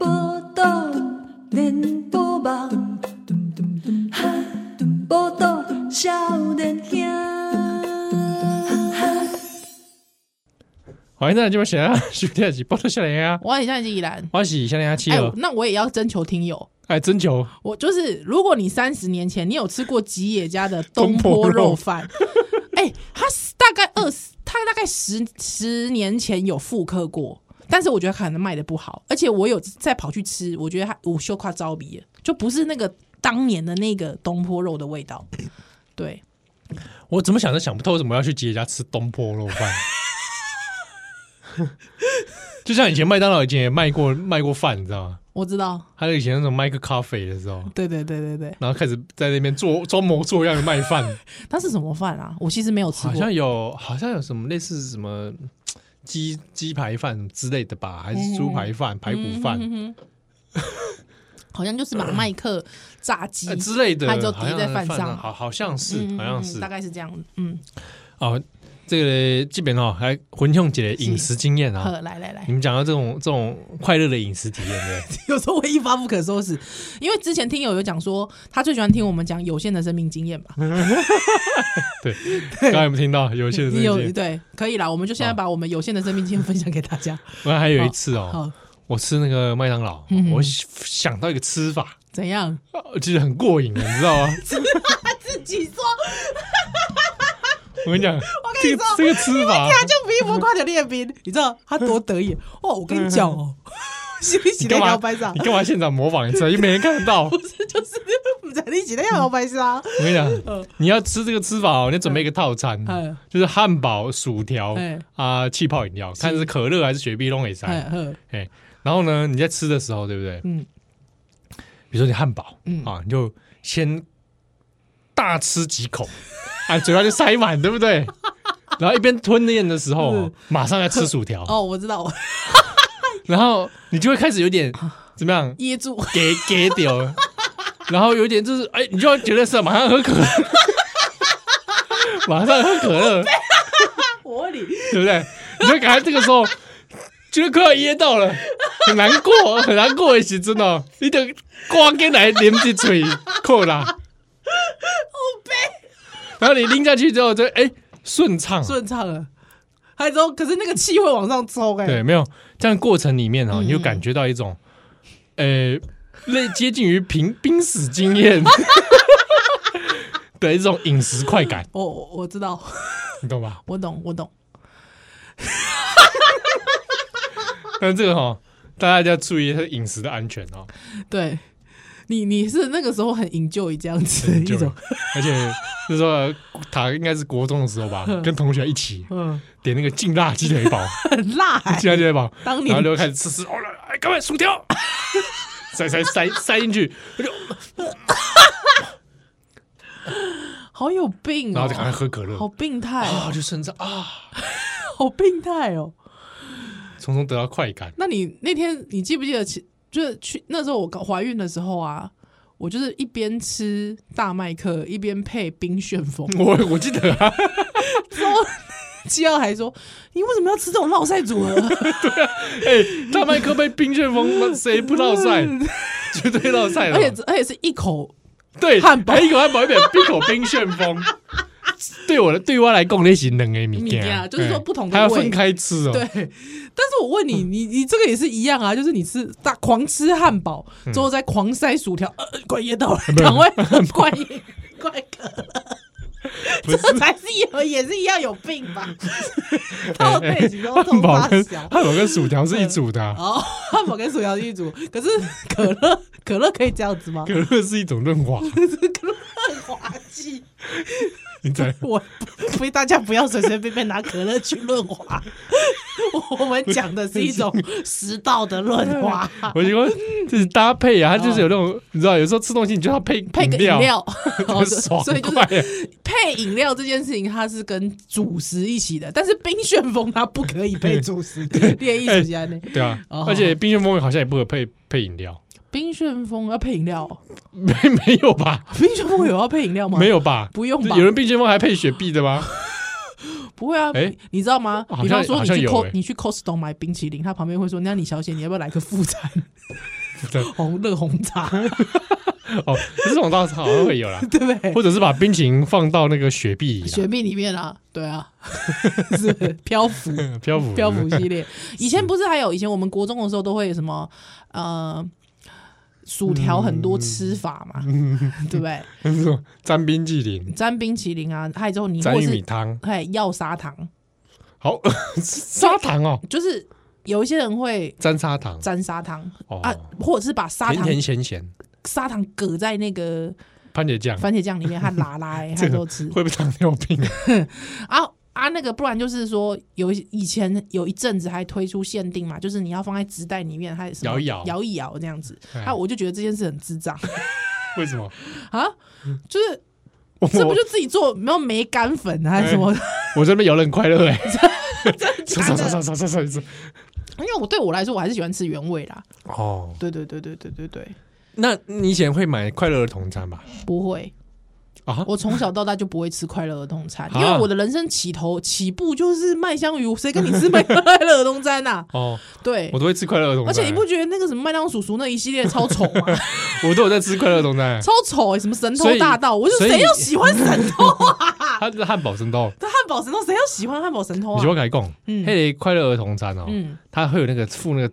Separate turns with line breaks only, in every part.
报道连波网，报道少年兄。
好，那这边谁啊？徐天喜，报道下来啊！
我很像是依兰。
欢喜向大家七
哎
儿，，
那我也要征求听友。
哎，征求
我就是，如果你三十年前你有吃过吉野家的
东
东
坡
坡
肉
肉饭，哎、他大概二十，他大概十十年前有复刻过，但是我觉得可能卖的不好，而且我有再跑去吃，我觉得他午休快招鼻了，就不是那个当年的那个东坡肉的味道。对，
我怎么想都想不透，为什么要去吉野家吃东坡肉饭？就像以前麦当劳以前也卖过卖过饭，你知道吗？
我知道，
他以前那种卖个咖啡的时候，
对对对对对，
然后开始在那边做装模作样的卖饭，
它是什么饭啊？我其实没有吃
好
过，
像有好像有什么类似什么鸡鸡排饭之类的吧，还是猪排饭、排骨饭、
嗯哼哼哼好像就是马麦克炸鸡
呃之类的，
它就
好
叠
像
在饭
啊
上，
好好像是
嗯嗯
好像
嗯
是
大概是这样。嗯，
哦。这个基本哦，还混用姐的饮食经验啊
好，，来来来
你，们讲到这种这种快乐的饮食体验，对不对
有时候会一发不可收拾，因为之前听友有讲说，他最喜欢听我们讲有限的生命经验吧。
刚才有没有听到有些人
你有
生气？
对，可以啦，我们就现在把我们有限的生命经验分享给大家。
我还有一次哦，
好，
我吃那个麦当劳，
嗯
我想到一个吃法，
怎样？
呃其实很过瘾的，你知 道吗？
自己说，
我跟你讲，
跟
这
你
个
说
这个吃法，
他就比我快的练兵，你知道他多得意哦！我跟你讲哦，是你
你
起来
干
摇
嘛
摆上
你，干嘛现场模仿一次？又没人看得到。我
就是不在你起来摇摆上。
跟你 讲，你要吃这个吃法哦，你要准备一个套餐
嗯，
就是汉堡、薯条
嗯
啊、气泡饮料，看是可乐还是雪碧都可以 塞。
嗯
哎，然后呢，你在吃的时候，对不对？
嗯
比如说你汉堡
嗯
啊，你就先大吃几口，啊，嘴巴就塞满，对不对？然后一边吞咽的时候哦
嗯，
马上要吃薯条，
哦，我知道，我
然后你就会开始有 点怎么样？
噎住。
给给掉了，然后有一点就是，哎、你就要觉得是马上喝可乐， 马上喝可乐，
我问你，
对不对？你就感觉这个时候觉得快要噎到了，很难过，很难过的时真的、你得光跟来啉一嘴可啦，好悲。然后你拎下去之后就，哎顺畅，
顺畅了，还之后可是那个气会往上冲哎、
对，没有这样过程里面哦，你就感觉到一种，呃，类接近于濒濒死经验的一种饮食快感，
我我我知道，
你懂吧？
我懂，我懂。
但这个哈、哦，大家一定要注意它饮食的安全哦，
对你你是那个时候很 enjoy 这样子的一
就
种，
而且那时候呃他应该是国中的时候吧，跟同学一起
嗯，
点那个劲辣鸡腿 堡，
很辣、
劲
欸。
辣鸡腿堡，
当
然后
年
就开始吃吃，哦，哎，赶快薯条， 塞塞塞塞进去，我就
好有病
然
哦
后就，赶快喝可乐
好，病态
啊，
哦、
就顺畅啊。
好病态哦。
从中得到快感。
那你那天你记不记得其？就是去那时候我刚怀孕的时候啊，我就是一边吃大麦克一边配冰旋风，
我我记得啊，
七号还说你为什么要吃这种烙赛组合？
哎、大麦克被冰旋风谁不落赛， 绝对落 赛了
而。且而且是一口
对，
汉堡
还一口汉堡，一口一口冰旋风。 对我的对我来讲，那是能诶米
物件啊就是说不同的
还要
味
分开吃哦。
对，，但是我问你，你你这个也是一样啊，就是你吃大狂吃汉堡，
嗯
之后再狂塞薯条，呃，呃快噎到了，赶快快噎快渴了，这才是有也是一样有病 吧？ 到底几多
哎汉
头
堡
发
跟
小
汉？堡跟薯条是一组的啊、
哦，汉堡跟薯条是一组，可是可乐可乐可以这样子吗？
可乐是一种润滑，
可乐很滑记，
你在
我所以大家不要随随便便拿可乐去润滑，我们讲的是一种食道的润滑，
我觉得这是搭配啊，它就是有那种你知道，有时候吃东西你就要配
哦配个饮
料，，
料哦
爽
所以就
快
是
啊
配饮料这件事情，它是跟主食一起的，但是冰旋风它不可以配主食，练艺术家呢？
对啊
哦，
而且冰旋风好像也不可配配饮料，
冰旋风要配饮料哦，
没没有 吧？
冰旋风有要配饮料吗？
没，有吧？
不用吧
有人冰旋风还配雪碧的吗？
不会啊。
哎
你知道吗
好？像
比方说
好
你
像
去
有
Cos、
哎
你去 Costco 买冰淇淋，它旁边会说：“那你小姐，你要不要来个副餐？
对
红热红茶，
哦，这种倒是好像会有啦，
对不对？”
或者是把冰淇淋放到那个雪碧里啦，
雪碧里面啊，对啊， 是不是漂浮
漂浮
漂浮系列。 以前不是还有以前我们国中的时候都会有什么呃，薯条很多吃法嘛，
嗯
对不对？
那种沾冰淇淋、
沾冰淇淋啊，还有之后你或
沾
者
玉米
是
汤，
哎要砂糖，
好 砂糖哦，
就是有一些人会
沾砂糖，
沾砂糖、
哦
啊，或者是把砂
甜
糖
甜咸咸，
砂糖搁在那个
番茄酱，
番茄酱里面，和拉拉、欸，
这
还
个
都吃。
会不会糖尿病 啊？
啊啊，那个不然就是说有一以前有一阵子还推出限定嘛，就是你要放在纸袋里面，还什
摇
么
一摇
摇一摇这样子。
哎
啊，我就觉得这件事很智障
为什么？
啊，就是
我
这不就自己做没有梅干粉还是什么的？
我这边摇得很快乐哎， 真
假的因为我对我来说，我还是喜欢吃原味啦。
哦，
对对对对对对对，
那你以前会买快乐儿童餐吧？
不会。
啊
我从小到大就不会吃快乐儿童餐，因
啊
为我的人生起头起步就是麦香鱼，谁跟你吃麦 快乐儿童餐呐、
哦，
对
我，都会吃快乐儿童餐，
而且你不觉得那个什么麦当劳叔叔那一系列超丑吗？
我都有在吃快乐儿童 餐，
超丑、欸，什么神
哎所
偷
以
大盗？我就
所以
谁要喜欢神偷啊？
它是汉堡神偷，
这汉堡神偷谁要喜欢汉堡神偷
你
啊
就？会讲，
嗯
嘿，快乐儿童餐哦，
嗯
它会有那个附那个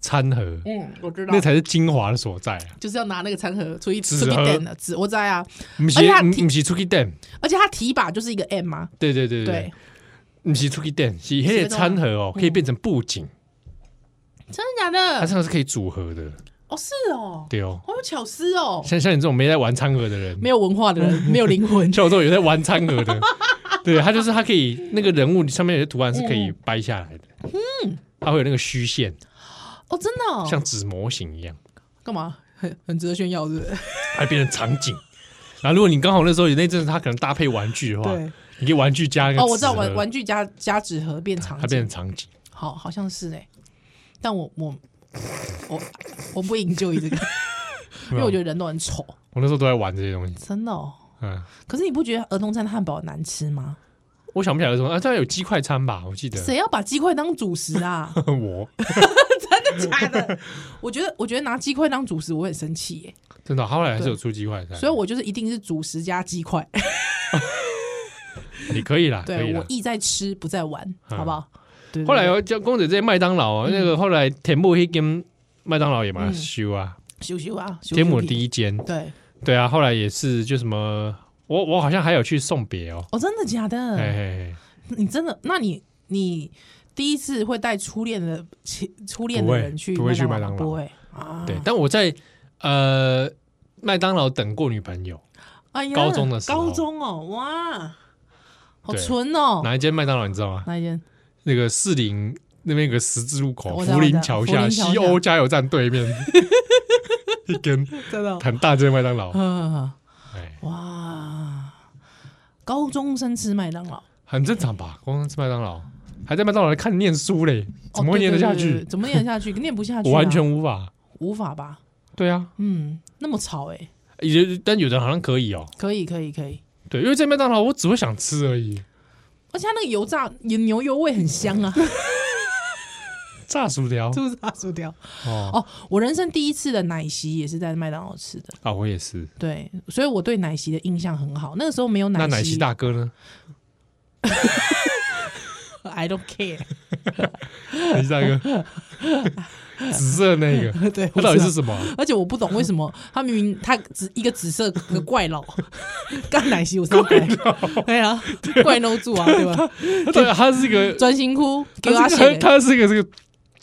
餐盒，
嗯，我知道
那，才是精华的所在啊。
就是要拿那个餐盒出去
纸
出去
盒
点的纸，我在啊。
不是
而且它
不
提
不是出去店，
而且它提把就是一个 M 嘛，
对对对
对，，
不是出去店，是那个餐盒哦，可以变成布
嗯
景，
真的假
它
的？
上是可以组合的，
哦，是哦，
对哦。
好有巧思哦，
像像你这种没在玩餐盒的人，
没有文化 的人，没有灵魂，
像我这种有在玩餐盒 的，对，它就是它可以那个人物上面有些图案是可以掰下来的，嗯，它会有那个虚线，
哦，真的哦，
像纸模型一样，
干嘛？很很值得炫耀，是不是？
还变成场景。然后如果你刚好那时候有那阵子，它可能搭配玩具的话，
对，
你可以玩具加那个
哦，我知道
纸
玩
盒
玩具加加纸盒变长，
它变成场景。
好，好像是哎、但我我 我我不营救 这个，因为我觉得人都很丑，
我那时候都在玩这些东西，
真的、哦。
嗯，
可是你不觉得儿童餐汉堡难吃吗？
我想不起来什么啊，这有鸡快餐吧？我记得
谁要把鸡块当主食啊？
我
真的假的？我觉得，我觉得拿鸡块当主食，我很生气耶、
真的，他后来还是有出鸡快餐，
所以我就是一定是主食加鸡块。
你可以啦，哎可以
对
啦
我。意在吃，不在玩，好不好？对。对
后来
对
有叫公子这些麦当劳
嗯
啊，那个后来田木一间麦当劳也把它修啊，
休息啊，
田母
一
第一间，
对，
对啊，后来也是就什么，我我好像还有去送别哦，
哦，真的假的？
哎哎，
你真的？那你你第一次会带初恋的亲初恋
不
的
会
人去
不会去
麦
麦当劳
不会啊
哎？对，但我在呃麦当劳等过女朋友，
哎呀，
高中的时候
高中哦，哇，好
对
纯哦。
哪一间麦当劳你知道吗？
哪一间？
那个士林那边有个十字路口，
我知道
福林
我知道
桥
福
下
林桥下
西欧加油站对 面一间
真的哦？
很大间麦当劳，
嗯，
哎，
哇，高中生吃麦当劳，
很正常吧？光吃麦当劳，还在麦当劳看念书嘞， 怎么
哦
会
对
念得下
对对对
去？
怎么念得下去？ 念不下去
我
啊，
完全无法。
无法吧？
对啊，
嗯，那么吵哎，
也但有的人好像可以哦。
可以可以可以，
对，因为在麦当劳我只会想吃而已，
而且它那个油炸牛油味很 香啊，
炸薯条
是不是炸薯条？
哦
哦，我人生第一次的奶昔也是在麦当劳吃的，
啊，我也是。
对，所以我对奶昔的印象很好。那个时候没有奶
那
昔，
奶昔大哥呢？
I don't care，
奶昔大哥，紫色那个，
对，
它
我
到底
知道
是什么啊？
而且我不懂为什么他明明他只一个紫色一个怪佬， 干奶昔我上来，对啊，怪搂住啊，对吧？
它到底它是一个，
专心哭，给
它
他
是个
写，
它是一个这个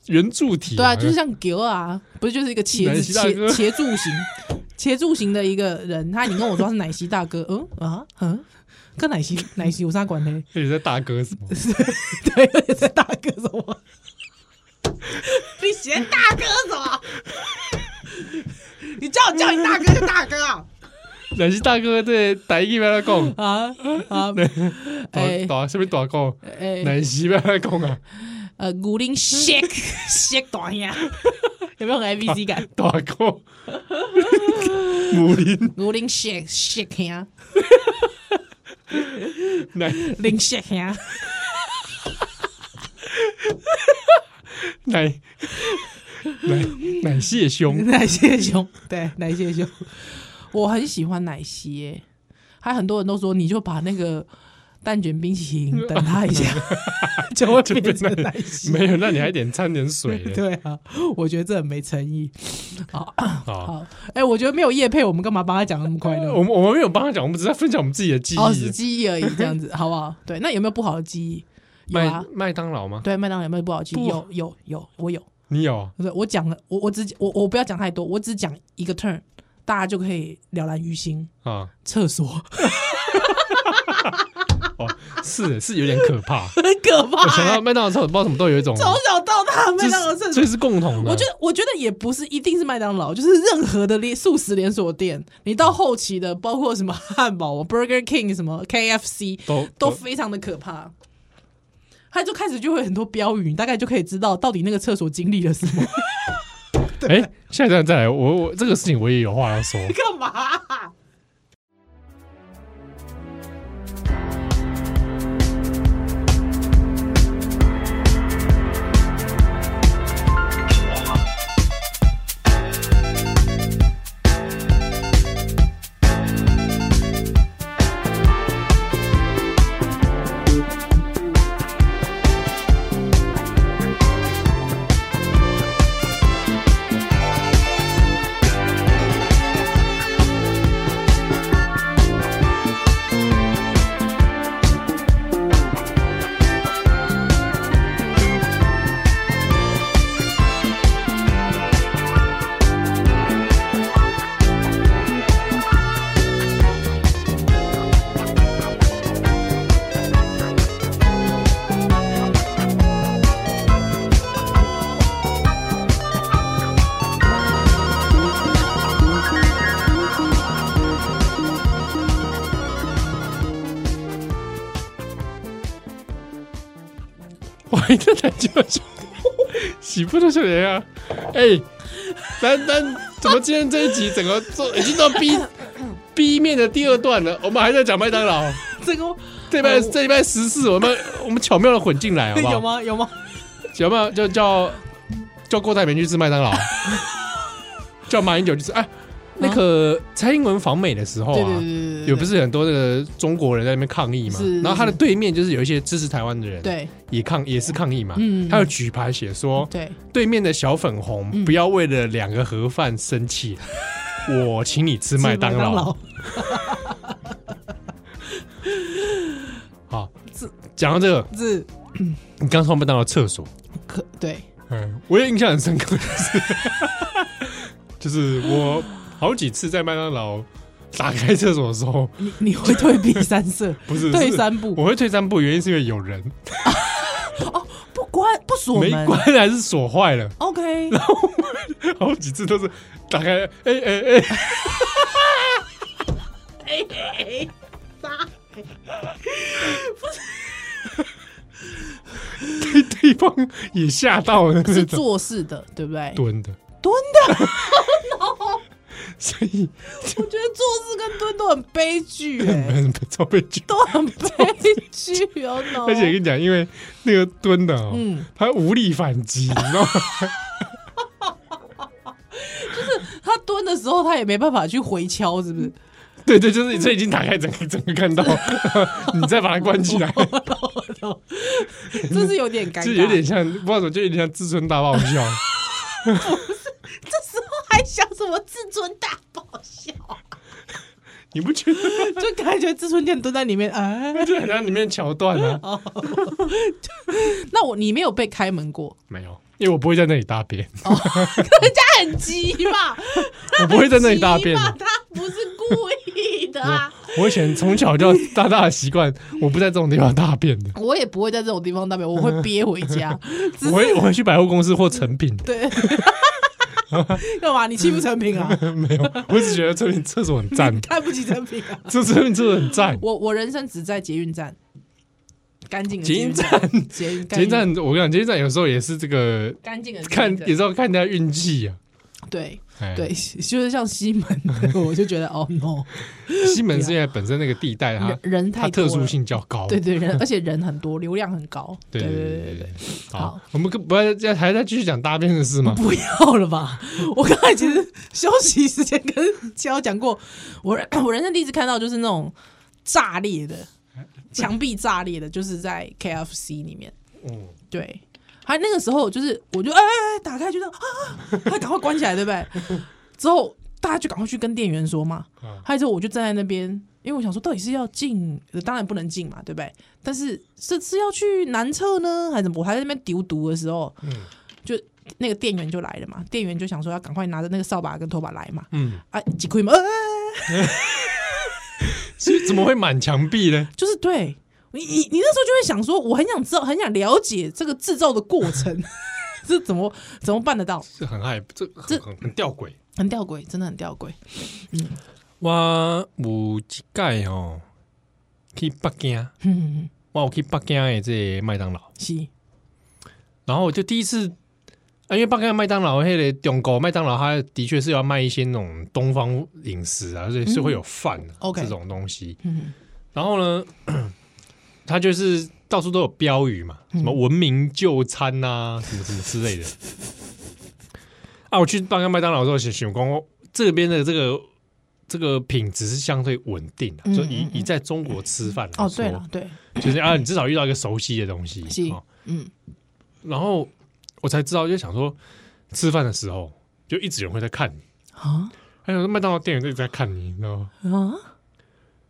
圆柱体啊。
对啊，就是像给啊，不是就是一个茄
奶
子
昔大
茄
哥
茄柱形， 协助型的一个人，他你跟我说他是奶昔大哥， 嗯啊嗯，跟奶昔 奶昔有啥关系？
你在大哥什么？
对，而且在大哥什么？ 你嫌大哥什么？ 你叫我叫你大哥 就大哥啊！
但是大哥这台语要来讲，
啊 啊！哎
大大什么大讲？
哎
南西要来讲啊，
呃，牛奶 shake shake 大兄， 有没有很 A B C 感？
大哥， 武林
牛奶 shake shake 兄，
南
零 shake 兄，
南南南西的胸，
奶蟹 兄，对，奶蟹兄，我很喜欢奶昔耶，还很多人都说你就把那个蛋卷冰淇淋等它一下， 就会变成奶昔。
没有，那你还点掺点水嘞
对啊，我觉得这很没诚意。好，
啊！
好，哎、我觉得没有叶配，我们干嘛帮他讲那么快乐？
哦我们我们没有帮他讲，我们只是在分享我们自己的记
哦，是
忆。
记忆而已，这样子好不好？对，那有没有不好的记忆？有
麦
啊，
麦当劳吗？
对，麦当劳有没有不好的记忆？
不
有，有，有，我有。
你有啊？
不是，我讲了，我我只我我不要讲太多，我只讲一个 turn，大家就可以了然于心。
啊，
厕所
哦，是是有点可怕。
很可
我
怕、
想到
欸，
麦当劳厕所，不知道怎么都有一 种，
从小到大
这
麦当劳厕
是
所
这。是共同的。
我觉得，我觉得也不是一定是麦当劳，就是任何的连素食连锁店，你到后期的，包括什么汉堡、Burger 啊 King、什么 KFC，
都
都
都
非常的可怕。他就开始就会很多标语，你大概就可以知道到底那个厕所经历了什么。
哎，下一站再来，我我这个事情我也有话要 说。
干嘛啊、
欢迎来就 就喜不的秀莲啊！哎、咱咱怎么今天这一集整个做已经到 B B 面的第二段了，我们还在讲麦当劳。
这个
这拜这礼拜十四，我们我们巧妙的混进来，好不
有
好？
吗？有吗？
巧妙就叫叫郭台铭去吃麦当 劳，啊叫马英九去吃。哎，那个蔡英文访美的时候啊，
对对对对对，
有不是很多那个中国人在那边抗议嘛
是？
然后他的对面就是有一些支持台湾的人，
对
也抗也是抗议嘛。
嗯
他有举牌写说，
对，嗯
对面的小粉红、不要为了两个盒饭生 气，我请你吃麦当
是
劳。好，讲到这个，
是
你刚说麦当劳厕所，
可对
嗯，我也印象很深刻， 就是就是我好几次在麦当劳打开厕所的时候，
你你会退避三舍，
不是
退
是
三步，
我会退三步，原因是因为有人
不关不锁
没
门
关还是锁坏了，
，OK，
好几次都是打开， 哎哎哎，哎 对对方也吓到了，那
是
种
做事的，对不对？
蹲的，
蹲的， Oh
所以
我觉得做事跟蹲都很悲剧、 哎，
很超悲剧。
都很悲剧哦，no，
而且跟你讲，因为那个蹲的、哦，
嗯
他无力反击，你知道吗？
他蹲的时候，他也没办法去回敲，是不 是？
对对，就是这已经打开整个整个看到， 你再把它关起 来，
这是有点尴
就
尬，
有点像不知道怎么，就有点像自尊大爆 笑。
这时候还想什么自尊大爆 笑，
你不觉得吗？
就感觉自尊店蹲在里面，哎，
就
哦
很像里面桥段啊，
那我你没有被开门过，
没有，因为我不会在那里大便，
人家很急嘛，
哦 我不会在那里大便
急嘛
的。
他不是故意的 啊。
我以前从小就大大的习惯，我不在这种地方大便的。
我也不会在这种地方大便，我会憋回家。只
我
是
会我会去百货公司或成 品，
对，干嘛？你欺负陈平啊？
没有，我只觉得成品厕所很赞，
看不起陈平啊？
这成品厕所很赞。
我我人生只在捷运站，干净的
捷
捷
运
运
站
站，捷运
捷运站，我跟你讲，捷运站有时候也是这个
干净的捷运
看，
站
也是要看人家运气啊。
对
哎
对，，就是像西门， 我就觉得哦 no，
西门是因为本身那个地带它
人人
它
太多
特
了
殊，性较高，
对对人，而且人很多，流量很高，
对
对
对
对
对
对对。
对。好
好，哦
我们不要再还在继续讲大便的事吗？
不要了吧！ 我刚才其实休息时间跟七瑶讲过，我人 我人生第一次看到就是那种炸裂的墙壁炸裂的，就是在 KFC 里面。
嗯，
对，还那个时候就是我就哎哎哎打开就说啊，他赶快关起来，对不对？之后大家就赶快去跟店员说嘛。还有之后我就站在那边，因为我想说到底是要进，当然不能进嘛，对不对？但是这是要去南侧呢，还是怎么？我还在那边丢毒的时候，就那个店员就来了嘛，店员就想说要赶快拿着那个扫把跟拖把来嘛，
嗯，
啊，几块嘛，哎哎哎
所以怎么会满墙壁呢？
就是对你你你那时候就会想说，我很想知道，很想了解这个制造的过程。 这怎么怎么办得到？
这很害，这很
这
很很吊诡。
很吊诡，真的很吊诡。
我有一届哦，去北京，啊
嗯，
我有去北京的这个麦当劳，
是，
然后我就第一次，啊、因为北京的麦当劳那个中国麦当劳，它的确是要卖一些那种东方饮食啊，所以是会有饭、啊
嗯 OK
这种东西。
嗯
然后呢， 它就是到处都有标语嘛，
嗯
什么文明就餐呐、什么什么之类的。 啊，我去办个麦当劳的时候，想想光这边的这个这个品质是相对稳定的、
嗯
就以
嗯
以在中国吃饭来
哦，
说
对了，对，
就是啊，你至少遇到一个熟悉的东西，
是
哦
嗯，
然后我才知道，就想说吃饭的时候就一直有人会在看你，
啊
还有麦当劳店员就一直在看你，你知道吗？
啊，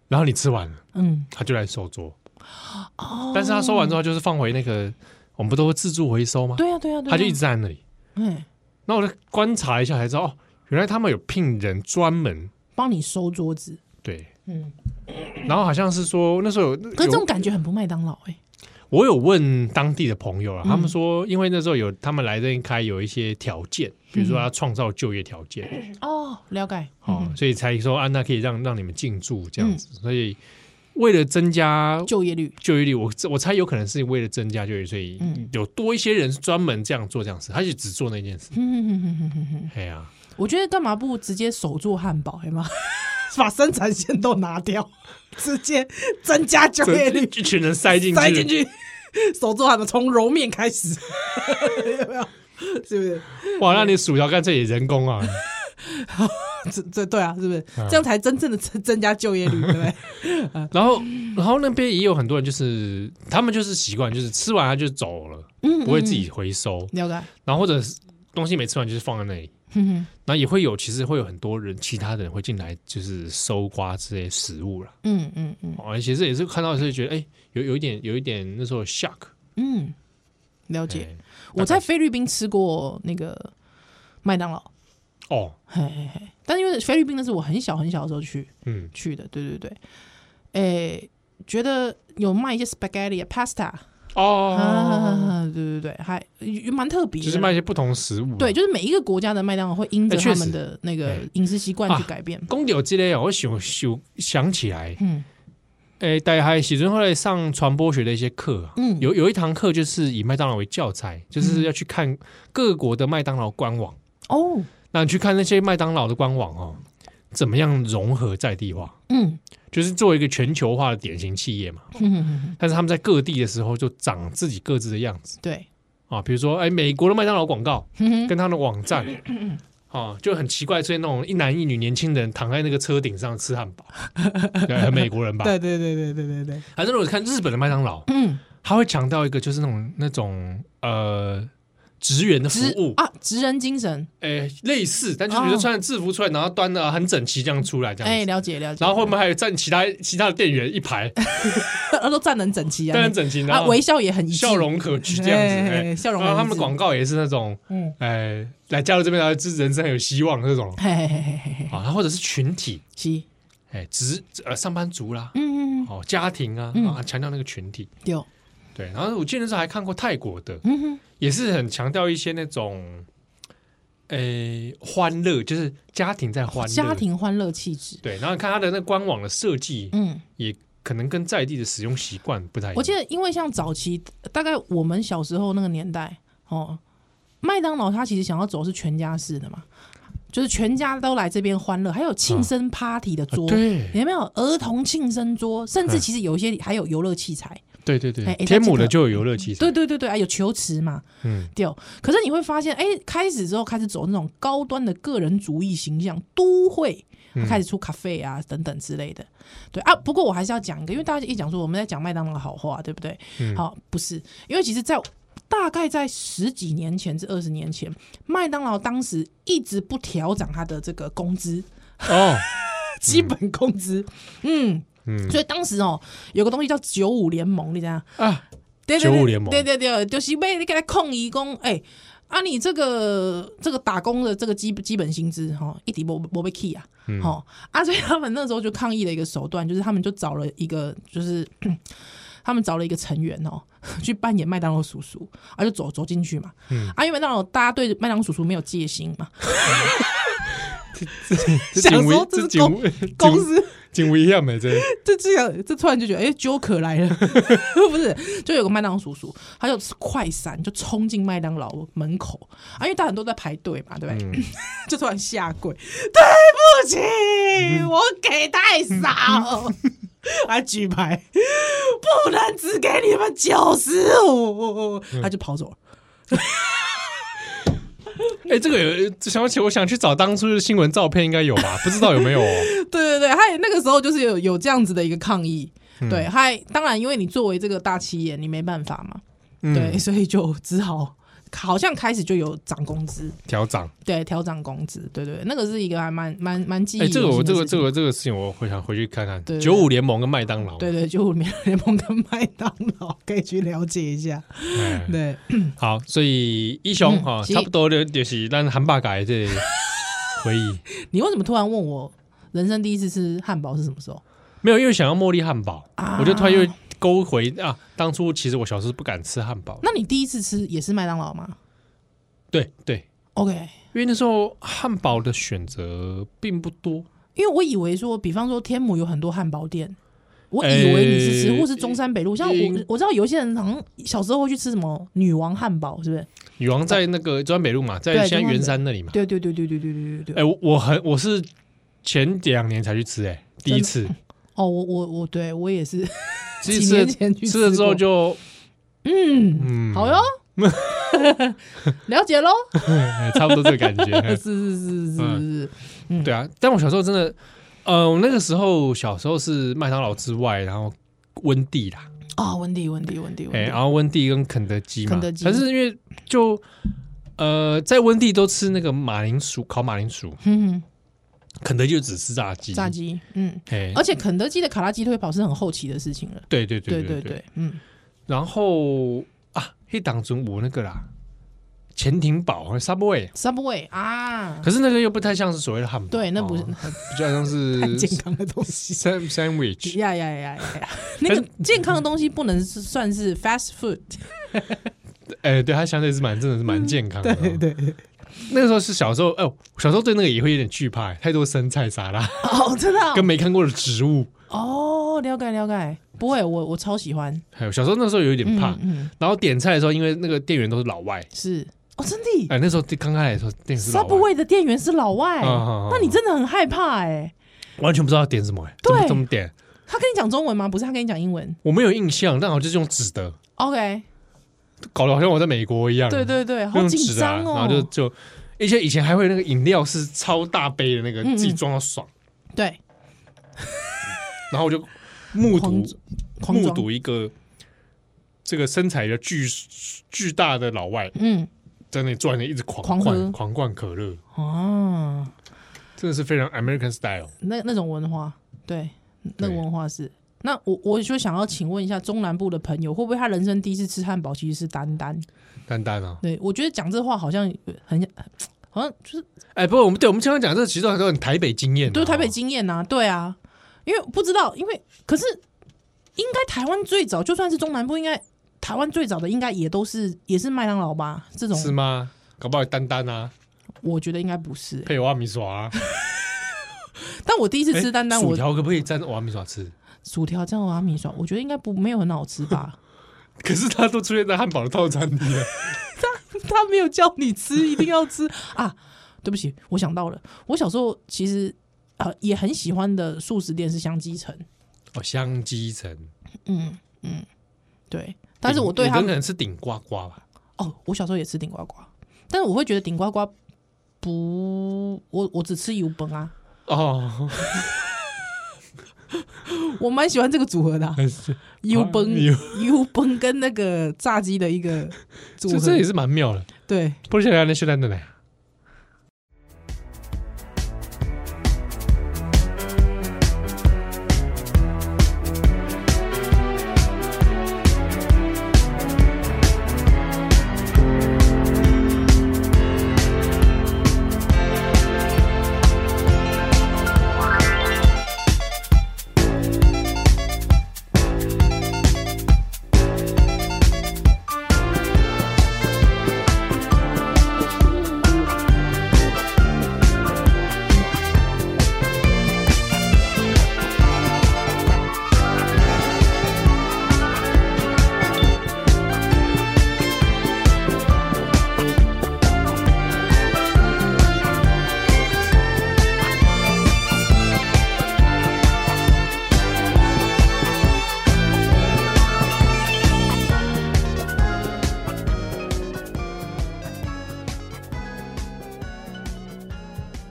然后你吃完了，
嗯，
他就来收桌。哦，但是他收完之后就是放回那个，我们不都会自助回收吗？
对啊呀、对呀、对呀、
他就一直在那里。
哎，
那我就观察一下才知道，哦，原来他们有聘人专门
帮你收桌子，
对，
嗯，
然后好像是说那时候有，
可是这种
有
感觉很不麦当劳哎、
我有问当地的朋
嗯
友啊，他们说，因为那时候有他们来这边开有一些条
嗯
件，比如说要创造就业条件，
哦，了解，
哦，所以才说啊，那可以让让你们进驻这样
嗯
子。所以为了增加
就业率，
就业率，我我猜有可能是为了增加就业率，所以
嗯
有多一些人是专门这样做这样事，他就只做那件事。
嗯，
哎 呀、
我觉得干嘛不直接手做汉堡，哎吗？ 把生产线都拿 掉，直接增加就业
这
率，
一群人塞进去，
塞进去。手做汉堡从揉面开始，有没有？是不是？
哇，那你薯条干脆也人工啊，
这这对啊，是不是？这样才真正的增增加就 业率，对不对？
然后，然后那边也有很多人，就是他们就是习惯，就是吃完他就走了，
嗯
不会自己回收，
了解，
然后或者是东西没吃完就是放在那里。
嗯哼
然后也会有，其实会有很多人，其他的人会进来，就是收刮这些食物啦。
嗯嗯嗯
哦，其实也是看到的时候觉得，哎、有有一点，有一点那时候 shock。
嗯，了解。
哎
我在菲律宾吃过那个麦当劳，
哦，
嘿嘿嘿，但因为菲律宾那是我很小很小的时候去
嗯，
去的，对对对，诶、觉得有卖一些 spaghetti 啊 pasta
哦，
啊，对 对对，还也蛮特别的，
就是卖一些不同食物。
对，，就是每一个国家的麦当劳会因
嗯
着
哎确
他
实
们的那个
哎
饮食习惯去改变，
公牛之类哦，我想想想起来，
嗯
哎、大概喜尊后来上传播学的一些课啊，
嗯
有有一堂课就是以麦当劳为教材，就是要去看各国的麦当劳官网，
哦，
那你去看那些麦当劳的官网哦，怎么样融合在地化，
嗯
就是作为一个全球化的典型企业嘛。
嗯嗯嗯，
但是他们在各地的时候就长自己各自的样子
对，
啊，比如说，哎，美国的麦当劳广告
嗯哼
跟他的网站。啊，就很奇怪，所以那种一男一女年轻人躺在那个车顶上吃汉 堡，对很美国人吧？
对对对对对对对，
还是如果看日本的麦当劳，
嗯，
他会强调一个就是那种那种呃职员的服
职
务
啊，职人精神，
哎，类似，但就是比如
哦
说穿着制服出来，然后端的很整齐这样出来这样子。
哎，了解了解。
然后 后面还有站其他其他的店员一排，
都站得很整齐啊，
站很整齐，然
啊，
后
微笑也很一致，
笑容可掬这样子。
哎
哎
笑容
然后他
很一
们
致
广告也是那种，
嗯，哎
哎，来加入这边来，这人生很有希望这种
嘿嘿嘿嘿嘿嘿，
啊，然后或者是群体，
是，
哎，职呃上班族啦，
嗯嗯嗯，
哦家庭啊
嗯
啊，强调那个群体。
对，
对，然后我记得那时候还看过泰国的，
嗯哼，
也是很强调一些那种，诶、欢乐，就是家庭在欢乐，
哦家庭欢乐气质，
对。然后看他的那官网的设计，
嗯，
也可能跟在地的使用习惯不太一样。
我记得因为像早期大概我们小时候那个年代，哦，麦当劳它其实想要走是全家式的嘛。就是全家都来这边欢乐，还有庆生 party 的桌，
嗯啊对
有没有儿童庆生桌？甚至其实有一些还有游乐器材，
对对对
哎哎
天母
那这
的
个
就有游乐器材，
对对对对，还有球池嘛，
嗯，
对，哦可是你会发现，哎、开始之后开始走那种高端的个人主义形象，都会开始出咖啡啊等等之类的。对啊，不过我还是要讲一个，因为大家一讲说我们在讲麦当劳的好话，对不对？好，不是，因为其实在，大概在十几年前至二十年前，麦当劳当时一直不调涨它的这个工资，
哦，
基本工资，嗯。
嗯
所以当时哦，有个东西叫九五联盟，你知道？
啊，
对对对
95联盟
对对对，就是被你给他控一公，哎、啊，你这个这个打工的这个基基本薪资哈，一滴不不被 key 啊，
嗯
哦、啊，所以他们那时候就抗议的一个手段，就是他们就找了一个，就是 他们找了一个成员哦， 去扮演麦当劳叔叔，啊，就走走进去嘛，
嗯
啊，因为麦当劳大家对麦当劳叔叔没有戒心嘛，
这
想
警卫
说这是公
警
公司
警卫一样没这
这这样，这突然就觉得，哎、j o k e r 来了， 不是？就有个麦当劳叔叔，他就快闪就冲进麦当劳门口啊，因为大家很多都在排队嘛，对不对？ 就突然下跪，对不起，我给太少，还举牌，不能只给你们九十五，他就跑走了。
哎，这个有想起，我想去找当初的新闻照片，应该有吧？不知道有没有哦？
对对对，还有那个时候就是有有这样子的一个抗议，对，还当然因为你作为这个大企业，你没办法嘛，对，
嗯，
所以就只好好像开始就有涨工资，
调涨。
对，调涨工资，对对，对那个是一个还蛮蛮蛮记忆
哎，
犹
这
新
个
的
我
事情。
这个这个这个事情，我会想回去看
对
看。
对
九五联盟跟麦当劳，
对对，就联联盟跟麦当劳可以去了解一下。
哎
对，
好，所以一雄
嗯
哈，
是
差不多的就是咱韩爸改这回忆，
你为什么突然问我人生第一次吃汉堡是什么时候？
没有，因为想要茉莉汉堡，
啊
我就突然又勾回啊，当初其实我小时候不敢吃汉堡，
那你第一次吃也是麦当劳吗
对对，
？OK，
因为那时候汉堡的选择并不多，
因为我以为说，比方说天母有很多汉堡店。我以为你是吃，
诶
或是中山北路，像
应
我我知道有一些人好像小时候会去吃什么女王汉堡，是不是？
女王在那个中山北路嘛，在
对
现
中
在
山
圆山那里嘛，
对对对对对对对对对
哎，。我我很我是前两年才去吃，哎，第一次，
哦，我我我对我也是，
其
几
实
年前去
吃了
吃
之后
过
就
嗯，好哟， 了解喽，
哎差不多这个感觉，
是是是是是是，
对啊，但我小时候真的，呃，我那个时候小时候是麦当劳之外，然后温蒂啦，
哦，温蒂温蒂温蒂温
哎、
蒂
然，后温蒂跟肯德基嘛，
肯德基
可是因为就呃，在温蒂都吃那个马铃薯烤马铃薯，
嗯，
肯德基就只吃炸鸡，
炸，鸡，嗯，
哎、
而且肯德基的卡拉鸡腿堡是很后期的事情了，
对对对
对
对
对
对，
对，嗯，
然后啊，黑党中我那个啦，潜艇堡 Subway。
Subway 啊，
可是那个又不太像是所谓的汉堡，
对那不是
哦比较像是
很健康的东西。
san- sandwich，
呀呀呀呀 呀！那个健康的东西不能是算是 fast food，
哎、对，它相对是蛮，真的是蛮健康的、哦
对对
那个时候是小时候，哎、呦，小时候对那个也会有点惧怕，太多生菜沙拉、
哦，真的哦
跟没看过的植物，
哦，了解了解，不会，我我超喜欢，
还有小时候那时候有一点怕。
嗯嗯，
然后点菜的时候，因为那个店员都是老外，
是哦，真的，
哎、那时候刚开始的时候店员是老外，
Subway 的店员是老外，
嗯嗯嗯
那你真的很害怕哎、
完全不知道要点什么、哎，怎
对
么怎么点，
他跟你讲中文吗？不是，他跟你讲英文。
我没有印象，但好像就是用纸的，
OK，
搞得好像我在美国一样。
对对对，好
用
紧
纸的啊
张哦。
然后就就，而且以前还会有那个饮料是超大杯的那个，
嗯嗯
自己装到爽，
对
然后我就目睹
狂狂
目
装
睹一个这个身材的巨巨大的老外。
嗯，
在那里坐在那里一直狂
狂喝
灌狂灌可乐，
哦，
真的是非常 American style。
那那种文化，对，那个
对
文化是。那我我就想要请问一下中南部的朋友，会不会他人生第一次吃汉堡其实是丹丹？
丹丹啊，
对我觉得讲这话好像很好像就是
哎，不过我们对我们经常讲这其实很多很台北经验啊，
对台北经验呐、对啊，因为不知道，因为可是应该台湾最早，就算是中南部，应该台湾最早的应该也都是也是麦当劳吧？这种
是吗？搞不好丹丹啊，
我觉得应该不是、
配瓦米耍啊，
但我第一次 吃
哎
丹丹，
薯
我
条可不可以蘸瓦米耍吃？
薯条酱阿米爽，我觉得应该不没有很好吃吧？
可是它都出现在汉堡的套餐里了，
他没有叫你吃，一定要吃啊！对不起，我想到了，我小时候其实呃也很喜欢的素食店是香鸡城，
哦，香鸡城，
嗯嗯，对，但是我对
顶
他
你可
们
能是顶呱呱吧，
哦，我小时候也吃顶呱呱，但是我会觉得顶呱呱不，我我只吃油崩啊，
哦，
我蛮喜欢这个组合的、啊，油崩
油
油崩跟那个炸鸡的一个组
这
合，
这也是蛮妙的。
对。
不是让人修蛋的呢。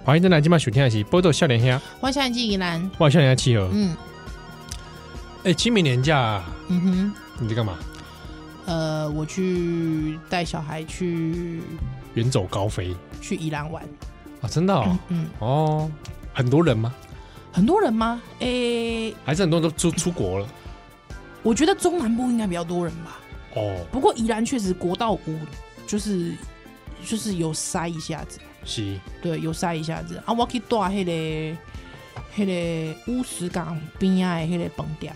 欢迎再来今晚收听的是《波多笑脸兄》，
欢迎下一季宜兰，
我笑脸企鹅。
嗯
哎，清明年假
嗯哼。
你在干嘛？
呃，我去带小孩去
远走高飞
去宜兰玩。
啊？真的哦？
嗯，
哦，很多人吗？
很多人吗？诶、
还是很多人都出出国了？
我觉得中南部应该比较多人吧。
哦，
不过宜兰确实国道五就是就是有塞一下子，
是
对，有塞一下子。啊，我去住迄、个迄、个乌石港边啊的迄个饭店，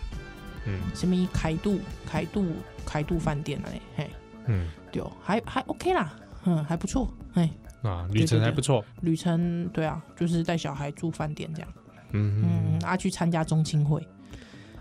嗯
什么凯度凯度凯度饭店啊嘞，嘿，
嗯
对，还还 OK 啦，嗯，还不错，嘿，
啊，旅程还不错。
旅程对啊，就是带小孩住饭店这样。
嗯嗯
嗯，啊，去参加中青会。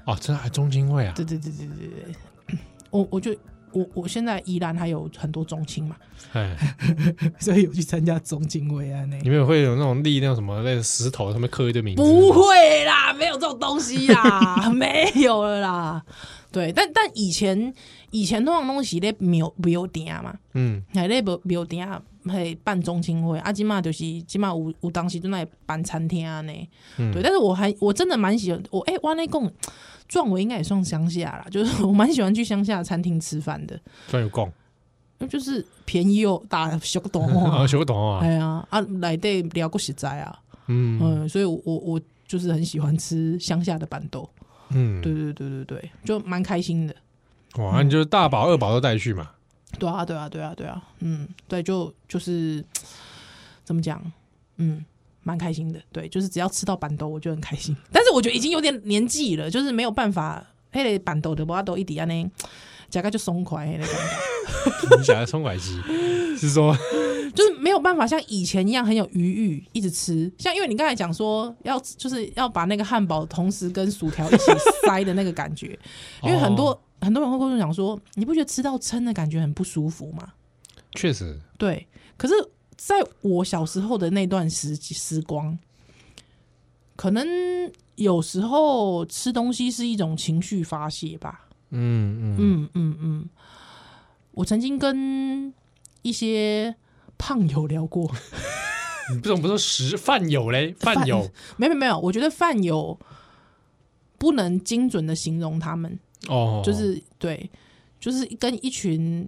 哦，真的还中青会啊？
对对对对对 对，我我就我我现在宜兰还有很多中青嘛，
哎，
所以有去参加中青会啊那
你。们会有那种立那种什么那个石头上面刻一堆名字？
不，会啦，没有这种东西啦，没有了啦。对，但但以前以前通常东西咧庙庙埕嘛，
嗯，
哎咧庙庙埕嘿办中青会，啊，即嘛就是即嘛有有当时就那里办餐厅啊呢。
嗯
对，但是我还我真的蛮喜欢我哎、我那贡壮伟应该也算乡下啦，就是我蛮喜欢去乡下的餐厅吃饭的，
专有供，
那就是便宜又大小懂
啊，
啊，
学懂啊
哎，呀啊来对聊过实在啊，
嗯
嗯，所以我我我就是很喜欢吃乡下的板豆，
嗯，
对对对对对，就蛮开心的，
哇，你就是大宝、二宝都带去嘛？
对啊对啊对啊对啊，嗯，对，就就是怎么讲，嗯。蛮开心的，对，就是只要吃到板豆，我就很开心。但是我觉得已经有点年纪了，就是没有办法，迄、个板豆的我都一底安尼，夹个就松快迄个感觉。
你想要冲拐机， 是说
就是没有办法像以前一样很有余裕一直吃，像因为你刚才讲说要就是要把那个汉堡同时跟薯条一起塞的那个 感觉，因为很多、
哦
很多人会跟我讲说，你不觉得吃到撑的感觉很不舒服吗？
确实
对，可是在我小时候的那段时时光，可能有时候吃东西是一种情绪发泄吧，
嗯嗯，
嗯嗯嗯，我曾经跟一些胖友聊过。
你嗯不怎么不说食饭友嘞？饭友
没有没有没有，我觉得饭友不能精准的形容他们，
哦，
就是对，就是跟一群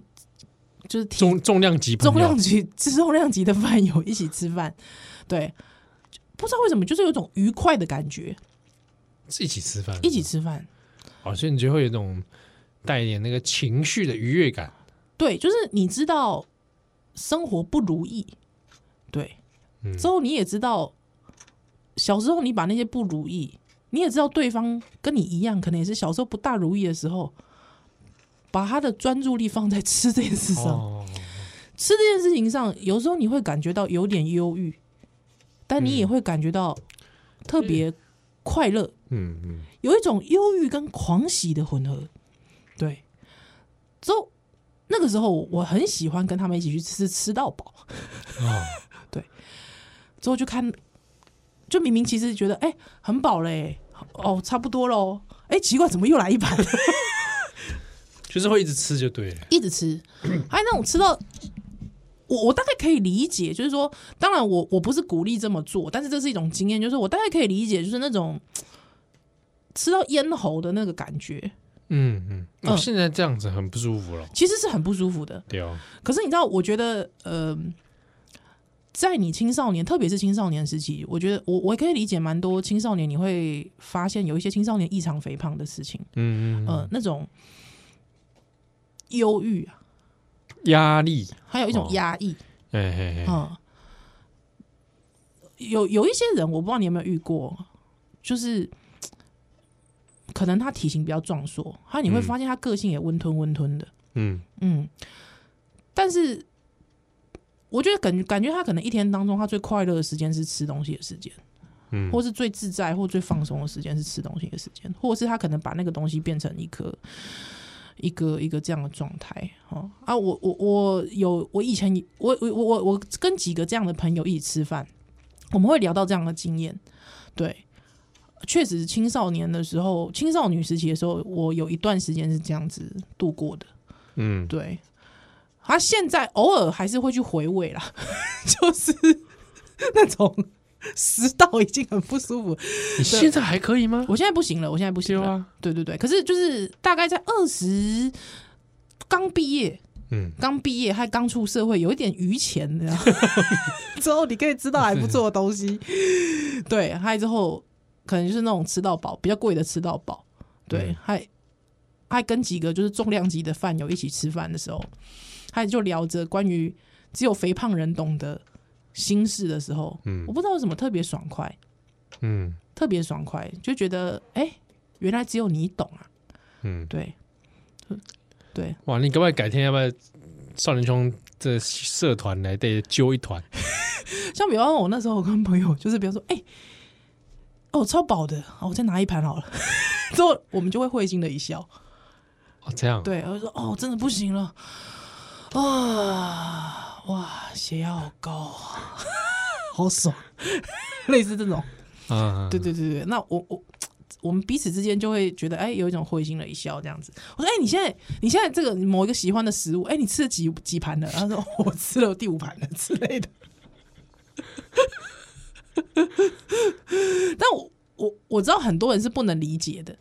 就是体
重重量级朋友
重量级、重量级的饭友一起吃饭，对，不知道为什么，就是有种愉快的感觉，
一起吃饭，
一起吃饭，
哦，所以你就会有一种带一点那个情绪的愉悦感。
对，就是你知道生活不如意，对，
嗯
之后你也知道，小时候你把那些不如意，你也知道对方跟你一样，可能也是小时候不大如意的时候，把他的专注力放在吃这件事上，
哦，
吃这件事情上，有时候你会感觉到有点忧郁，但你也会感觉到特别快乐，
嗯嗯，
有一种忧郁跟狂喜的混合。对，之后那个时候我很喜欢跟他们一起去吃吃到饱，
哦，
之后就看，就明明其实觉得哎、很饱嘞、哦差不多喽，哎、奇怪怎么又来一盘，
就是会一直吃就对了。
一直 吃，还哎有那种吃到。我我大概可以理解，就是说，当然我我不是鼓励这么做，但是这是一种经验，就是我大概可以理解，就是那种吃到咽喉的那个感觉，
嗯嗯，我、
嗯
现在这样子很不舒服了。
其实是很不舒服的。
对哦，
可是你知道，我觉得，呃，在你青少年，特别是青少年时期，我觉得我我可以理解蛮多青少年，你会发现有一些青少年异常肥胖的事情，
嗯嗯嗯，
呃，那种忧郁啊，
压力，
还有一
哦
种压抑，
哎哎哎，
嗯，有有一些人，我不知道你有没有遇过，就是可能他体型比较壮硕，他你会
嗯
发现他个性也温吞温吞的，
嗯，
嗯，但是我觉得感感觉他可能一天当中，他最快乐的时间是吃东西的时间，
嗯
或是最自在或最放松的时间是吃东西的时间，或者是他可能把那个东西变成一个一个一个这样的状态哦啊！我我我有我以前我我我我我跟几个这样的朋友一起吃饭，我们会聊到这样的经验，对。确实，青少年的时候，青少女时期的时候，我有一段时间是这样子度过的。
嗯，
对，他现在偶尔还是会去回味啦， 就是那种食道已经很不舒服。
你现在还可以吗？
我现在不行了，我现在不行
对
了。
啊，
对对对，可是就是大概在二十刚毕业，
嗯，
刚毕业还刚出社会，有一点余钱 的，之后你可以吃到还不错的东西。对，还有之后可能就是那种吃到饱，比较贵的吃到饱。对
嗯，
还还跟几个就是重量级的饭友一起吃饭的时候，还就聊着关于只有肥胖人懂得心事的时候，
嗯
我不知道为什么特别爽快，
嗯
特别爽快，就觉得哎、原来只有你懂啊。
嗯，
对，对，
哇，你赶快改天要不要少年兄这社团来得揪一团？
像比方说我那时候我跟朋友就是，比方说，哎、哦，超饱的，哦，我再拿一盘好了。之后我们就会会心的一笑，
哦，这样，，
对，我就说，哦，真的不行了，啊，哇，血压好高啊，好爽， 类似这种，
啊，
对，对对对，那我我。我们彼此之间就会觉得，哎、有一种会心的一笑这样子。我说，哎、你现在你现在这个某一个喜欢的食物，哎、你吃了几几盘了？他说，哦我吃了第五盘了之类的。 但我我我知道很多人是不能理解的，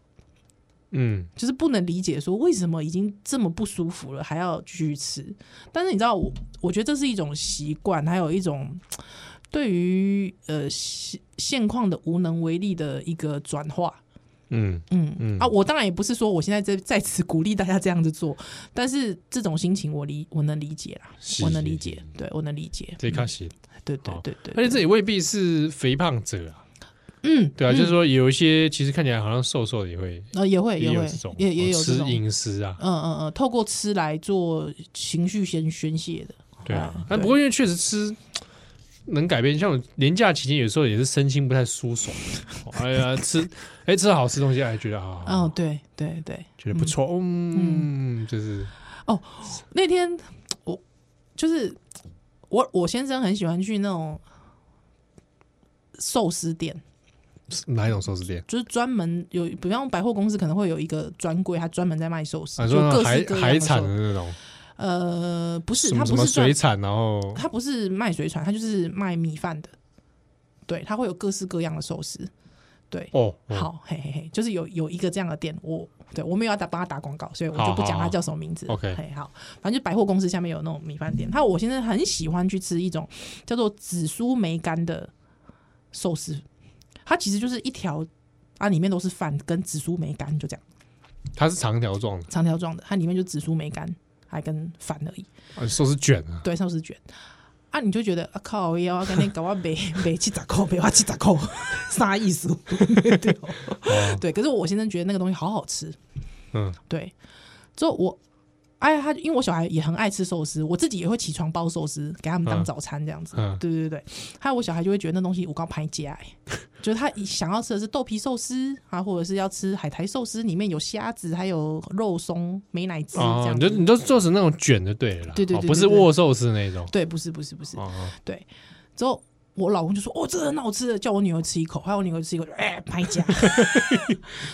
嗯
就是不能理解说为什么已经这么不舒服了还要继续吃。但是你知道，我我觉得这是一种习惯，还有一种嘖对于呃现现况的无能为力的一个转化。
嗯
嗯
嗯
啊，我当然也不是说我现在在在此鼓励大家这样子做，但是这种心情我理我能理解啦，
是
我能理解，对我能理解，
这哦卡西，
对对
好
对对，
而且这也未必是肥胖者啊，
嗯，
对啊，就是
嗯
说有一些其实看起来好像瘦瘦的也会
呃也会
也
也
有
会
这种哦
也也有这
吃
种
饮食啊，
嗯嗯嗯，透过吃来做情绪先宣泄的，
对啊
哎，
但不过因为确实吃能改变，像我年假期间有时候也是身心不太舒 爽，哦哎呀吃哎吃好吃东西哎觉得啊，
哦，对对对，
觉得不错，嗯，就是
那天我就是我我先生很喜欢去那种寿司店，
哪一种寿司店？
就是专门有，比方百货公司可能会有一个专柜，它专门在卖寿司，
啊，
就
说那
各
种海
式各样的
海产
寿
的那种，
呃，不是，
什
它
么什
不
么
是
水
专，
产，然后
它不是卖水产，它就是卖米饭的。对，它会有各式各样的寿司，对，
哦，哦，
好，嘿嘿嘿，就是有有一个这样的店，我对我没有要打帮他打广告，所以我
好
就不讲
好
他
好
叫什么名字。
OK
嘿，好，反正就百货公司下面有那种米饭店，他我现在很喜欢去吃一种叫做紫苏梅干的寿司，它其实就是一条啊，里面都是饭跟紫苏梅干，就这样
它是长条状的，
长条状的，它里面就紫苏梅干还跟饭而已，
啊寿司卷啊，
对，寿司卷。啊，你就觉得啊靠，我要跟 你搞我没没七十扣，没花七十扣， 啥意思？ 对哦
哦，
对，可是我先生觉得那个东西好好吃，
嗯，
对，之后我，哎，他因为我小孩也很爱吃寿司，我自己也会起床包寿司给他们当
嗯
早餐这样子。
嗯
对对对，还有我小孩就会觉得那东西我刚拍家、欸，就是他一想要吃的是豆皮寿司啊，或者是要吃海苔寿司，里面有虾子，还有肉松、美乃滋这
哦，
样
你
子。
就你就做成那种卷就对了啦，
对对对
哦
对
不是
对
握寿司那种，
对，不是不是不是
哦，哦
对。之后我老公就说：“哦，这个很好吃的，叫我女儿吃一口。”还有我女儿吃一口，就哎，拍家。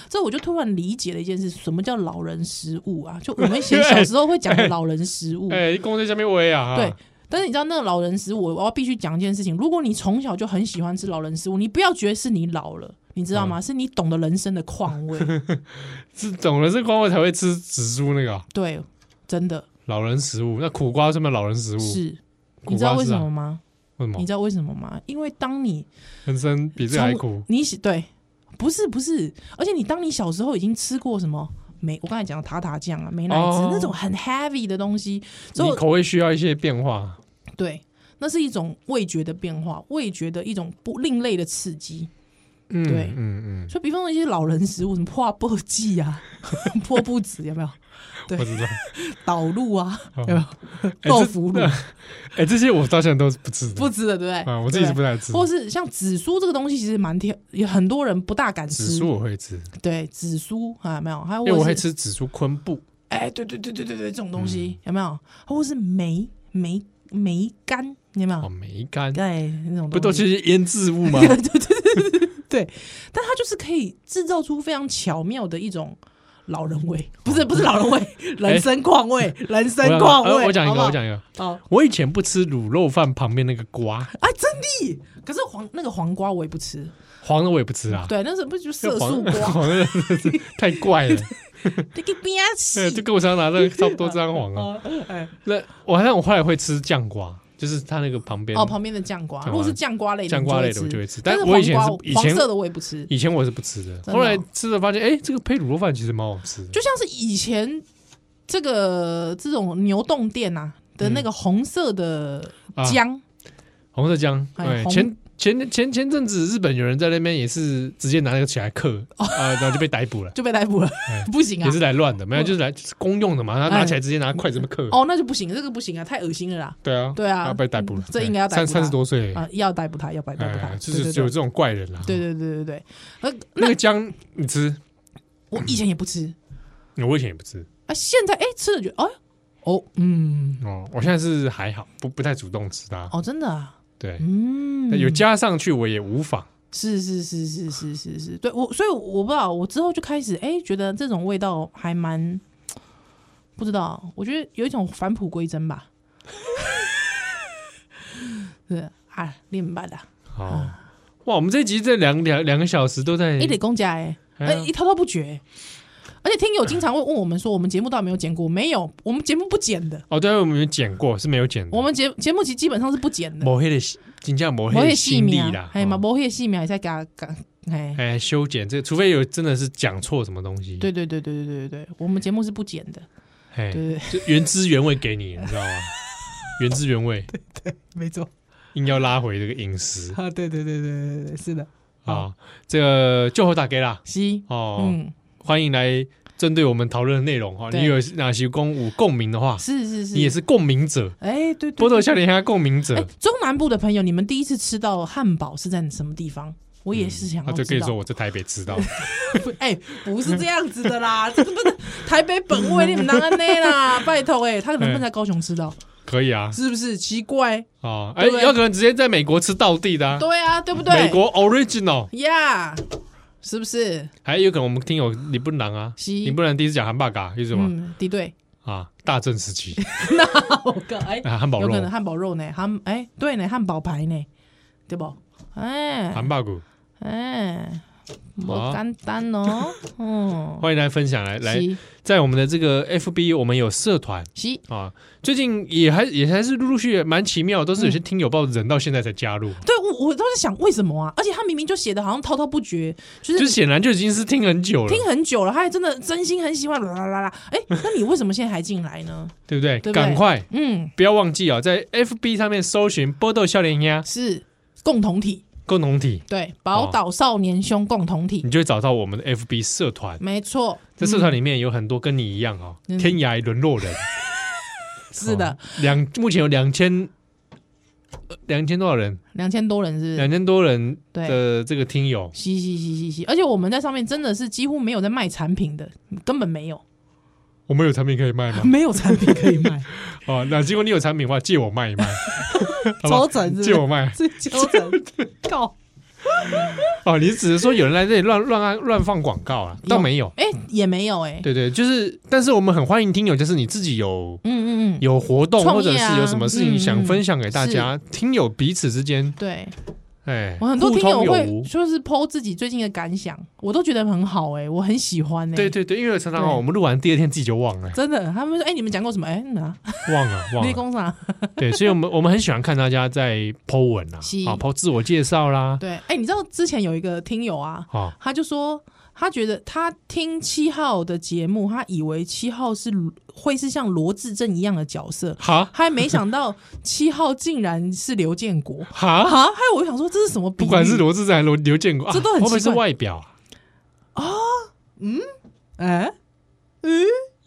这我就突然理解了一件事，什么叫老人食物啊？就我们以前小时候会讲的老人食物，
哎，公在下面喂啊，
嗯对，但是你知道那个老人食物，我要必须讲一件事情：如果你从小就很喜欢吃老人食物，你不要觉得是你老了，你知
嗯
道吗？是你懂得人 生的况味。
是懂了这光味才会吃紫苏那个啊
对，真的
老人食物，那苦瓜算不算老人食物？
是。
苦
你知道
瓜
为
是
什
啊
么吗？
为什么
你？知道为什么吗？因为当你
人生比这个还苦
从，你喜对，不是不是，而且你当你小时候已经吃过什么美，我刚才讲的塔塔酱啊、美乃滋、
哦
那种很 heavy 的东西，之
你
后
口味需要一些变化。
对，那是一种味觉的变化，味觉的一种不另类的刺激。
嗯，
对
嗯
所以，比方说一些老人食物，什么破布剂啊、 破布子有没有？
嗯，
对
我知 道。
导入啊，
哦
有没有？
这
豆腐 乳
哎，这些我到现在都不吃的，
不吃的，对不对？
啊，我自己是不
对
太吃
对。。或是像紫苏这个东西，其实蛮甜，也很多人不大敢吃。
紫苏我会吃，
对紫苏啊，有没有？还有
因为我
或
会
是
吃紫苏昆布。
哎，对对对对对对，这种东
嗯
西、有没有？或是梅梅梅干有没有？
哦，梅干
对，那种
不都
啊东西
是腌制物 吗？
对，但它就是可以制造出非常巧妙的一种老人味，
哦
不是不是老 人味，人生况味，人
我
生
讲
况
呃
味。
我讲一
好不
个，
哦好
我讲一个。
好
我以前不吃卤肉饭旁边那个瓜，
啊，真的。可是黄那个黄瓜我也不吃，
黄的我也不吃啊。
对，那是不是就
那
色
黄
素瓜？
黄的太怪 了，
这个边
对，
吃
就跟我常常拿 的差不多这张黄啊。
哎
那我好像我后来会吃酱瓜，就是它那个旁边
哦，旁边的酱瓜，
酱瓜
如果是酱瓜类的，
酱瓜类的我
你
就
就
会吃
吃，
但
是
我以前
黄
是
瓜
以前
黄色的我也不吃。
以前我是不吃的，
的哦
后来吃了发现，哎、这个配卤肉饭其实蛮好吃的。
就像是以前这个这种牛洞店啊的那个红色的姜，
啊红色姜，
哎
对，
红
前前前前阵子日本有人在那边也是直接拿那个起来刻，
哦
啊、然后就被逮捕了。
就被逮捕了， 不行啊
哎也！是来乱的，没有，就是来就是公用的嘛，他拿起来直接拿筷子这么刻。
哎哦，那就不行，这个不行啊，太恶心了啦！
对啊，
对啊
然后被逮捕了
嗯，这应该要逮捕
三
他
三十多岁，
啊，要逮捕他，要逮逮捕他，
哎，就
对
是
对
有
对
这种怪人啦。
对对对对对。呃，
那
那
个姜你吃，
我以前也不吃
我以前也不吃
啊，现在哎吃了觉得哎哦嗯
哦，我现在是还好，不不太主动吃它。
哦真的啊
对，
嗯
但有加上去我也无妨。
是是是是是是是，对我，所以我不知道，我之后就开始哎、觉得这种味道还蛮，不知道，我觉得有一种返璞归真吧。是啊，练白的，
哦，哇，我们这集这两两两个小时都在
一点公家啊哎，
哎
哎、
呀
一滔滔不绝。而且听友经常会问我们说，我们节目到底有没有剪过？没有，我们节目不剪的，
哦，对，我们有剪过，是没有剪的。
我们节节目其实基本上是不剪的。
抹黑的，真正抹
某
黑
些
的
细
心力
苗
啦，，
哎嘛，
哦
某些细苗也在给他讲，哎，
哎，修剪这，除非有真的是讲错什么东西，
对，对对对对对对，我们节目是不剪的，
哎，
对对对，
就原汁原味给你，你知道 吗？原汁原味，
没错。
硬要拉回这个饮食
啊，对对对对对对，是的，
啊，这个就后打给啦
是，
哦，
嗯，
欢迎来针对我们讨论的内容哈，哦
对
你有哪些共有共鸣的话，
是是是，
你也，是共鸣者，
哎，对对，
波多
对
笑。脸下共鸣
哎
者，，
中南部的朋友，你们第一次吃到汉堡是在什么地方？我也哎是想
他
要
嗯啊就可
知
以说
道，
我在台北吃 到，
不哎，不是这样子的啦， 这个不是台北本位，你们当安内啦， 拜托哎，他能不能在高雄吃到？
可以啊，
是不是奇怪？
啊，哎，
对不对
有可能直接在美国吃道地的啊，
对啊，对不对？
美国 original。
呀，是不是？
还有可能我们听友李不能啊，
是
李不能第一次讲汉堡嘎，就是什么
嗯，敌对，
啊？大正时 期
我靠，哎，
啊，汉堡
有
肉
可、能汉堡肉呢，汉哎，对呢，汉堡排呢，对不？哎，
汉堡骨，
哎，不简单哦，嗯，
欢迎来分享，来来，
是
在我们的这个 FB，我们有社团
是
啊，最近也还也还是陆陆续续蛮奇妙，都是有
嗯
些听友报人到现在才加入，
对我我都在想为什么啊？而且他明明就写的好像滔滔不绝，就
就是
是
显然就已经是听很久了，
听很久了，他还真的真心很喜欢啦啦啦啦。哎，那你为什么现在还进来呢？
对不对？
对不对
赶快
嗯，
不要忘记啊、在 FB 上面搜寻波豆笑脸鸭
是共同体，
共同体，
对，宝岛少年兄共同体，
你就会找到我们的 FB 社团。
没错，
在社团里面有很多跟你一样哦，
嗯
天涯沦落人。
是的，
两目前有两千两千多少人，
两千多人是不
两
是？
千多人
对
的这个听友，
嘻嘻嘻嘻嘻，而且我们在上面真的是几乎没有在卖产品的，根本没有，
我们有产品可以卖 吗？
没有产品可以卖，
哦，那如果你有产品的话，借我卖 一卖， 好吧
抽整是不是
借我卖。
是 纠正，告
哦，你只是说有人来这里乱乱按乱放广告啊？倒没有，
哎也没有哎，
对对，就是，但是我们很欢迎听友，就是你自己有
嗯嗯嗯，
有活动，
创
或者
业啊
是有什么事情想分享给大家，听友彼此之间，
对。
哎，
我很多
互
听友
通有
会
无。
说是 PO 自己最近的感想，我都觉得很好哎、我很喜欢哎、
对，对对，因为常常哦，
对
我们录完第二天自己就 忘了，
真的，他们说哎、你们讲过什么？哎、哪
忘了忘
立
了。
功 啥？
对，所以我们我们很喜欢看大家在 Po 文啊，
是
啊 Po 自我介绍啦，
对，哎、你知道之前有一个听友啊，
啊，
他就说他觉得他听七号的节目，他以为七号是会是像罗志正一样的角色，
好
他还没想 到七号竟然是刘建国啊！
好，
还有我就想说这是什么比
不
喻？
管是罗志祥还是罗刘建国，啊
这都很奇
会
怪
不会是外表啊？
哎、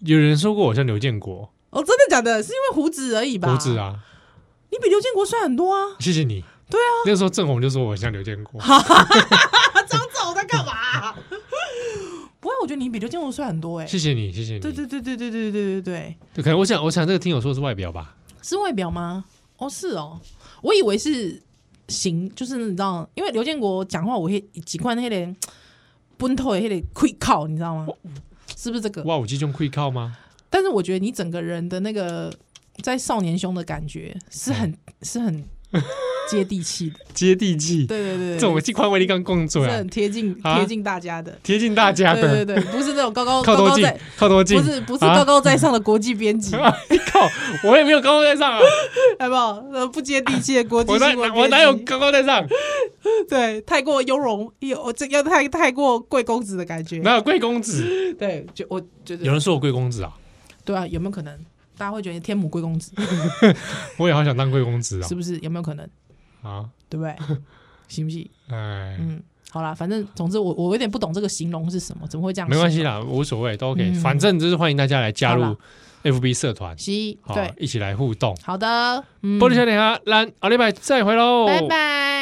有人说过我像刘建国，
哦，真的假的？是因为胡子而已吧？
胡子，啊，
你比刘建国帅很多啊！
谢谢你。对啊，那时候郑红就说我像刘建国，
张总在干嘛、不会，我觉得你比刘建国帅很多哎、
谢谢你，谢谢你。
对对对对对对对对对，
对，可能我想，我想这个听友说的是外表吧，
是外表吗？哦，是哦，我以为是型，就是你知道，因为刘建国讲话我会几块那点奔头的那点溃靠，你知道吗？是不是这个？
哇，我这种会靠吗？
但是我觉得你整个人的那个在少年胸的感觉是很是很接地气的，
接地气，
对对对
这
对，
种这款威力刚工作
是
啊
很，贴近
啊
贴近大家的。
贴近大家
对对
的，
对，不是那种高 高
靠
高
多
高
近
在，，
靠多近，
不是不是
啊
高高在上的国际 编辑，
啊！你靠，我也没有高高在上 啊，
好不好？呃，不接地气的国际
我哪
新闻编辑，
我哪有高高在上？
对太过雍容，有这要太太过贵公子的感觉。
哪有贵公 子？
对，就我觉
有
得
人说我贵公子啊，
对啊，有没有可能？大家会觉得天母贵公子
我也好想当贵公子啊
是！不是？有没有可能？
啊，
对不 对？行不行？
哎，
嗯，好啦，反正总之我我有点不懂这个形容是什么，怎么会这样？
没关系，啦，无所谓，都 OK，
嗯
反正就是欢迎大家来加
好
入
啦
FB 社团，
西
好
对，，
一起来互动。
好的，嗯，
玻璃小点啊，咱下礼拜再回喽，
拜拜。